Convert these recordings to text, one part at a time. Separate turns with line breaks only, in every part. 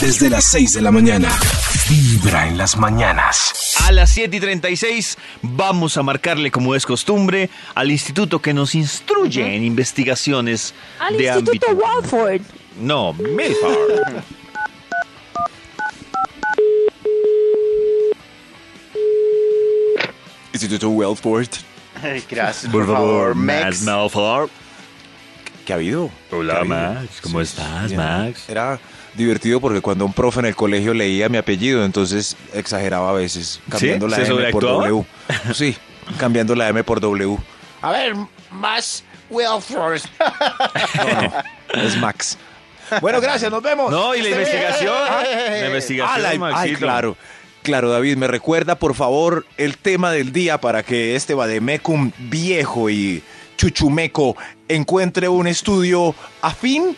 desde las 6 de la mañana. Vibra en las mañanas.
A las 7 y 36 vamos a marcarle, como es costumbre, al instituto que nos instruye en investigaciones
Al
de
Instituto
ámbito.
Walford.
No, Milford.
Instituto Wellford.
Gracias, por, favor, Max.
Malford.
¿Qué ha habido? ¿Qué ha
Hola,
habido?
Ah, Max. ¿Cómo estás,
Bien.
Max?
Era divertido porque cuando un profe en el colegio leía mi apellido, entonces exageraba a veces, cambiando la
¿Se
M por
sobreactuaba?
W. Sí, cambiando la M por W.
A ver, más Wilford.
Es Max. Bueno, gracias, nos vemos. Este,
No, y la investigación. La
Ah,
investigación,
la- ay,
Maxito.
claro. Claro, David, me recuerda, por favor, el tema del día para que este Bademecum viejo y chuchumeco encuentre un estudio afín.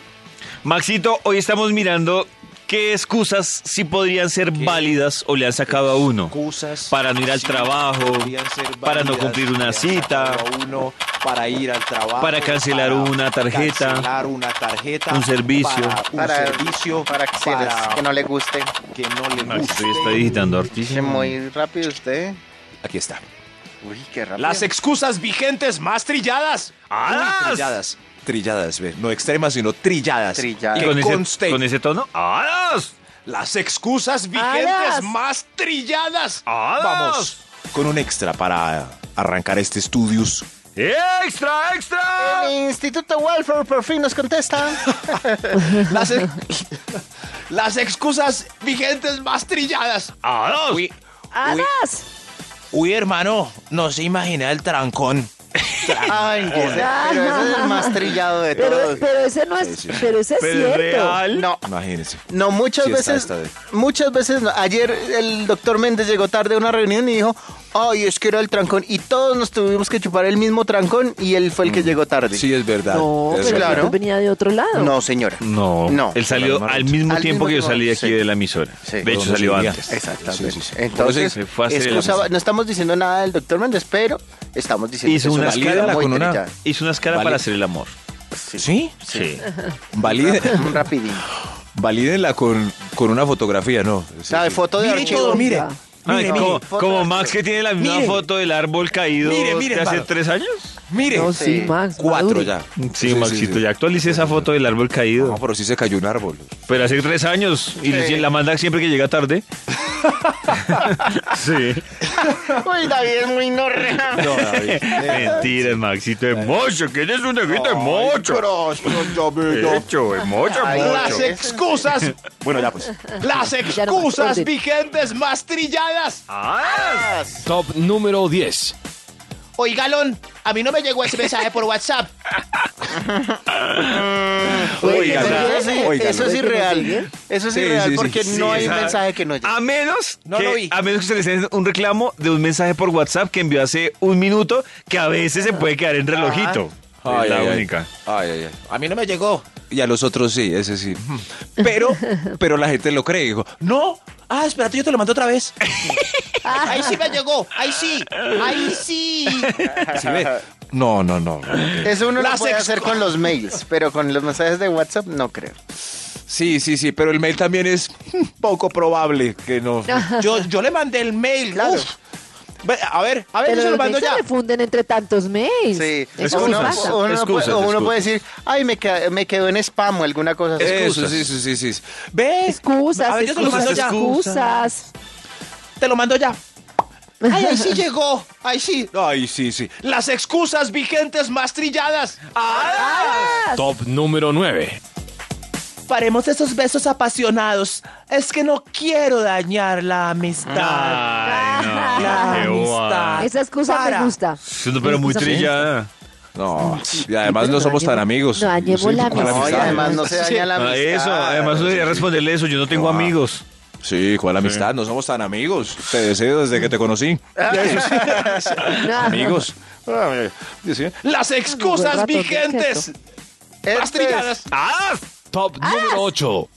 Maxito, hoy estamos mirando qué excusas sí podrían ser válidas o le han sacado a uno.
Excusas
Para no ir al
sí,
trabajo,
podrían ser
para no
válidas,
cumplir una
le han
cita,
sacado a uno para ir al trabajo,
para cancelar una tarjeta,
cancelar una tarjeta,
un servicio.
para un
Para-
servicio
Para que, se les-
para
que no le guste.
que no le
Maxito
guste.
ya Ah, está digitando
Mm.
Dice
artísimo.
muy rápido usted.
Aquí está.
Uy, qué rápido.
Las excusas vigentes más trilladas.
¡Ah!
Muy trilladas. Trilladas, ve. No extremas, sino trilladas.
Trilladas.
¿Y
Que
con ese,
conste,
con ese tono? Ah, ¡Alas!
las excusas vigentes
¡Alas!
más trilladas.
¡Alas!
Vamos. Con un extra para arrancar este estudios.
¡Extra, extra!
El Instituto Walford por fin nos contesta.
Las, ex- las excusas vigentes más trilladas.
¡Alas!
Uy,
¡Alas!
uy, hermano, no se imagina el trancón. Ah,
Ay, qué pero ese es el más trillado de
Pero,
este-
todos.
pero ese no es,
Sí, sí.
pero ese es
Pero es
cierto.
real.
No,
Imagínense.
no, muchas
Sí, está,
veces.
está de-
Muchas veces. no. Ayer el doctor Méndez llegó tarde a una reunión y dijo: Ay, es que era el trancón. Y todos nos tuvimos que chupar el mismo trancón y él fue el que llegó tarde.
Mm. Sí, es verdad.
No,
es
pero
verdad.
claro.
yo venía de otro lado.
No, señora.
No,
No.
él salió al mismo
Al
tiempo
mismo
que yo
tiempo,
salí de aquí
sí.
de la emisora.
Sí.
De hecho, salió
Sí,
antes.
Exactamente. Eh,
Sí, sí, sí.
Entonces,
Se fue a hacer el
excusa-
amor.
no estamos diciendo nada del doctor Méndez, pero estamos diciendo
Hizo
que es
una
excusa
escala
muy
con una-
trillada.
Hizo una escala
Vale.
para hacer el amor.
¿Sí?
Sí.
Valide,
Un rapidín.
valídenla con, con una fotografía, ¿no? Sí,
La de
sí.
foto de
Mire
archivo.
todo, mire.
Ya.
Ay,
Mire,
como,
mire,
foto
como
de
Max
archivo.
que tiene la misma
Mire.
foto del árbol caído
Mire, mire,
de hace
hermano.
tres años.
mire.
No, sí,
Sí.
Max.
este, Cuatro
madure.
ya.
Sí, Maxito, ya actualicé esa foto del árbol caído.
No, pero sí se cayó un árbol.
Pero hace tres años. Y le-
Sí.
la manda siempre que llega tarde. sí.
Uy, David es muy norrea.
No, David.
Mentiras, Maxito. Es mocho, que eres un negrito, es mocho. Hecho, es mocho,
Ay,
mocho.
Las excusas. Bueno, ya pues. Las
Ya no me
excusas
acuerdo.
vigentes más trilladas.
Ah,
Top número 10.
Oye, Galón, a mí no me llegó ese mensaje por WhatsApp.
Oiga,
Pero
ya.
eso, sí-
Oiga,
eso es
¿no?
irreal. Eso es
Sí,
irreal
sí, sí.
porque
Sí,
no hay
esa-
mensaje que no llegue.
A menos,
No
que,
lo vi.
a menos que se les den un reclamo de un mensaje por WhatsApp que envió hace un minuto que a veces se puede quedar en relojito. es la única.
Ay, ay, ay. A mí no me llegó. Y a los otros sí, ese sí. Pero, pero la gente lo cree. Dijo, no. Ah, espérate, yo te lo mando otra vez. Ah, ahí sí me llegó. Ahí sí. Ahí sí. ¿Sí ve? No, no, no.
Eso uno lo
Las
puede
excu-
hacer con los mails, pero con los mensajes de WhatsApp no creo.
Sí, sí, sí, pero el mail también es poco probable que no. Yo, yo le mandé el mail.
Claro.
uf. Ve, A ver, a
Pero
ver, yo se lo
los
mando
mails
ya.
se le funden entre tantos mails.
Sí,
Eso sí
uno, uno-
pasa.
uno
Excusas,
puede, o uno puede
excusas.
decir, ay, me, queda- me quedó en spam o alguna cosa así.
Eso,
Excusas.
sí, sí, sí, sí. Ve,
Excusas,
A ver, yo te lo
excusas,
mando ya.
excusas.
te lo mando ya. Ay, ahí sí llegó. Ahí sí. Ay, sí, sí. Las excusas vigentes más trilladas.
Top número 9.
Paremos esos besos apasionados. Es que no quiero dañar la
Ah.
amistad.
Ay, no,
La
qué boba.
amistad.
Esa excusa
Para.
me gusta.
Es una- Pero muy
Esa-
trillada.
No, y además no somos tan amigos.
No, dañemos
Sí,
la amistad.
con
No, y
amistad.
además no se daña la
Ah,
amistad.
eso, además debería responderle eso. Yo no tengo
Ah.
amigos.
Sí, ¿cuál amistad? No somos tan amigos. Te deseo desde que te conocí.
¿eh?
amigos. Ah, Las
excusas Buen rato, vigentes
Este es-
¡Ah!
Top número 8.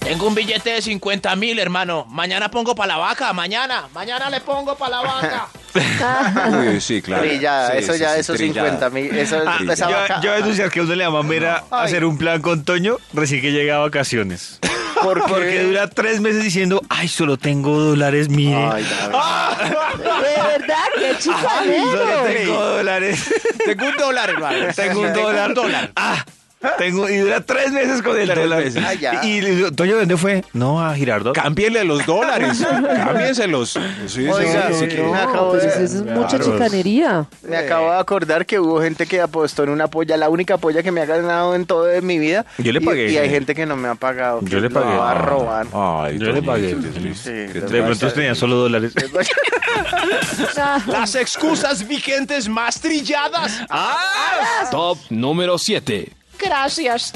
Tengo un billete de 50 mil, hermano. Mañana pongo para la vaca. Mañana. Mañana le pongo para la vaca.
Uy, sí, claro.
Trillada,
Sí,
eso
sí,
ya,
sí,
esos
trillada.
50 mil, eso es-
Ah,
sí,
esa
yo,
vaca-
yo voy a anunciar que uno le va a mamera a
Ay.
hacer un plan con Toño recién que llega a vacaciones.
¿Por qué?
Porque dura tres meses diciendo, ay, solo tengo dólares, miren.
Ay, David.
De verdad, qué
solo
chicanero.
tengo dólares.
Tengo un dólar, hermano.
Tengo un dólar. Ah, tengo, y dura tres meses con el
Tres
dólar.
meses.
Ah, ya.
Y le digo, Toño, ¿dónde fue? No, a Girardo.
Cámbienle los dólares. Cámbienselos. Sí, sí,
Oiga,
sí,
sí,
que-
no.
No, pues eso es mucha chicanería.
Me acabo de acordar que hubo gente que apostó en una polla, la única polla que me ha ganado en toda mi vida.
Yo le
Y-
pagué.
Y, hay gente que no me ha pagado.
Yo le
que
pagué.
Lo va a robar.
Ay,
Yo le
Toñito,
pagué.
Dios mío. Qué
de
De
tremendo.
pronto tenía solo dólares.
Ah,
Las excusas vigentes más trilladas.
Top número 7.
Gracias.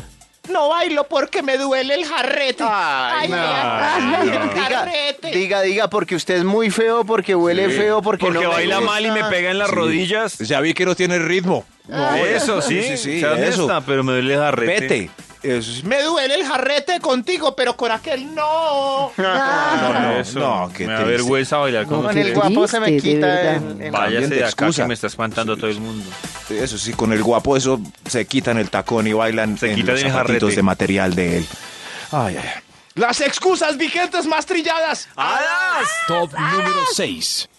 No bailo porque me duele el jarrete. Ay, me arde el
Diga,
jarrete.
diga, diga, porque usted es muy feo, porque huele feo, porque,
Porque
no me
baila
gusta.
mal y me pega en las rodillas.
Ya vi que no tiene ritmo.
Eso, sí,
Sí, sí, sí,
Sea
eso.
honesta, pero me duele jarrete.
Vete. Eso sí.
Me duele el jarrete contigo, pero con aquel no.
ah.
No,
No,
eso.
no, qué
me da
triste.
vergüenza bailar con
No,
Con
Qué
el guapo se me
triste, de
quita.
verdad.
en-
Váyase
en-
También
de
te
acá
excusa.
que me está espantando todo el mundo.
Eso sí, con el guapo eso se quitan el tacón y bailan
Se
en
quitan
los
el
zapatitos
jarrete.
de material de él. Ay, ay, ay.
Las excusas vigentes más trilladas.
Top número 6.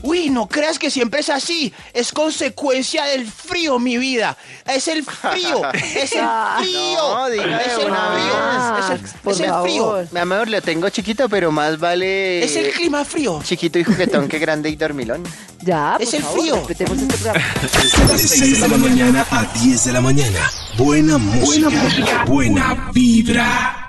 Uy, no creas que siempre es así. Es consecuencia del frío, mi vida. Es el frío. Es el frío.
No, diga
es
de
el
una
frío. Es el,
Max, Ah. por
es el frío.
favor.
Mi amor, lo tengo chiquito, pero más vale
Es el clima frío.
chiquito y juguetón que grande y dormilón.
Ya,
Es
por
el
favor,
frío.
respetemos este programa.
De 6 de la mañana a 10 de la mañana. Buena música. Buena vibra.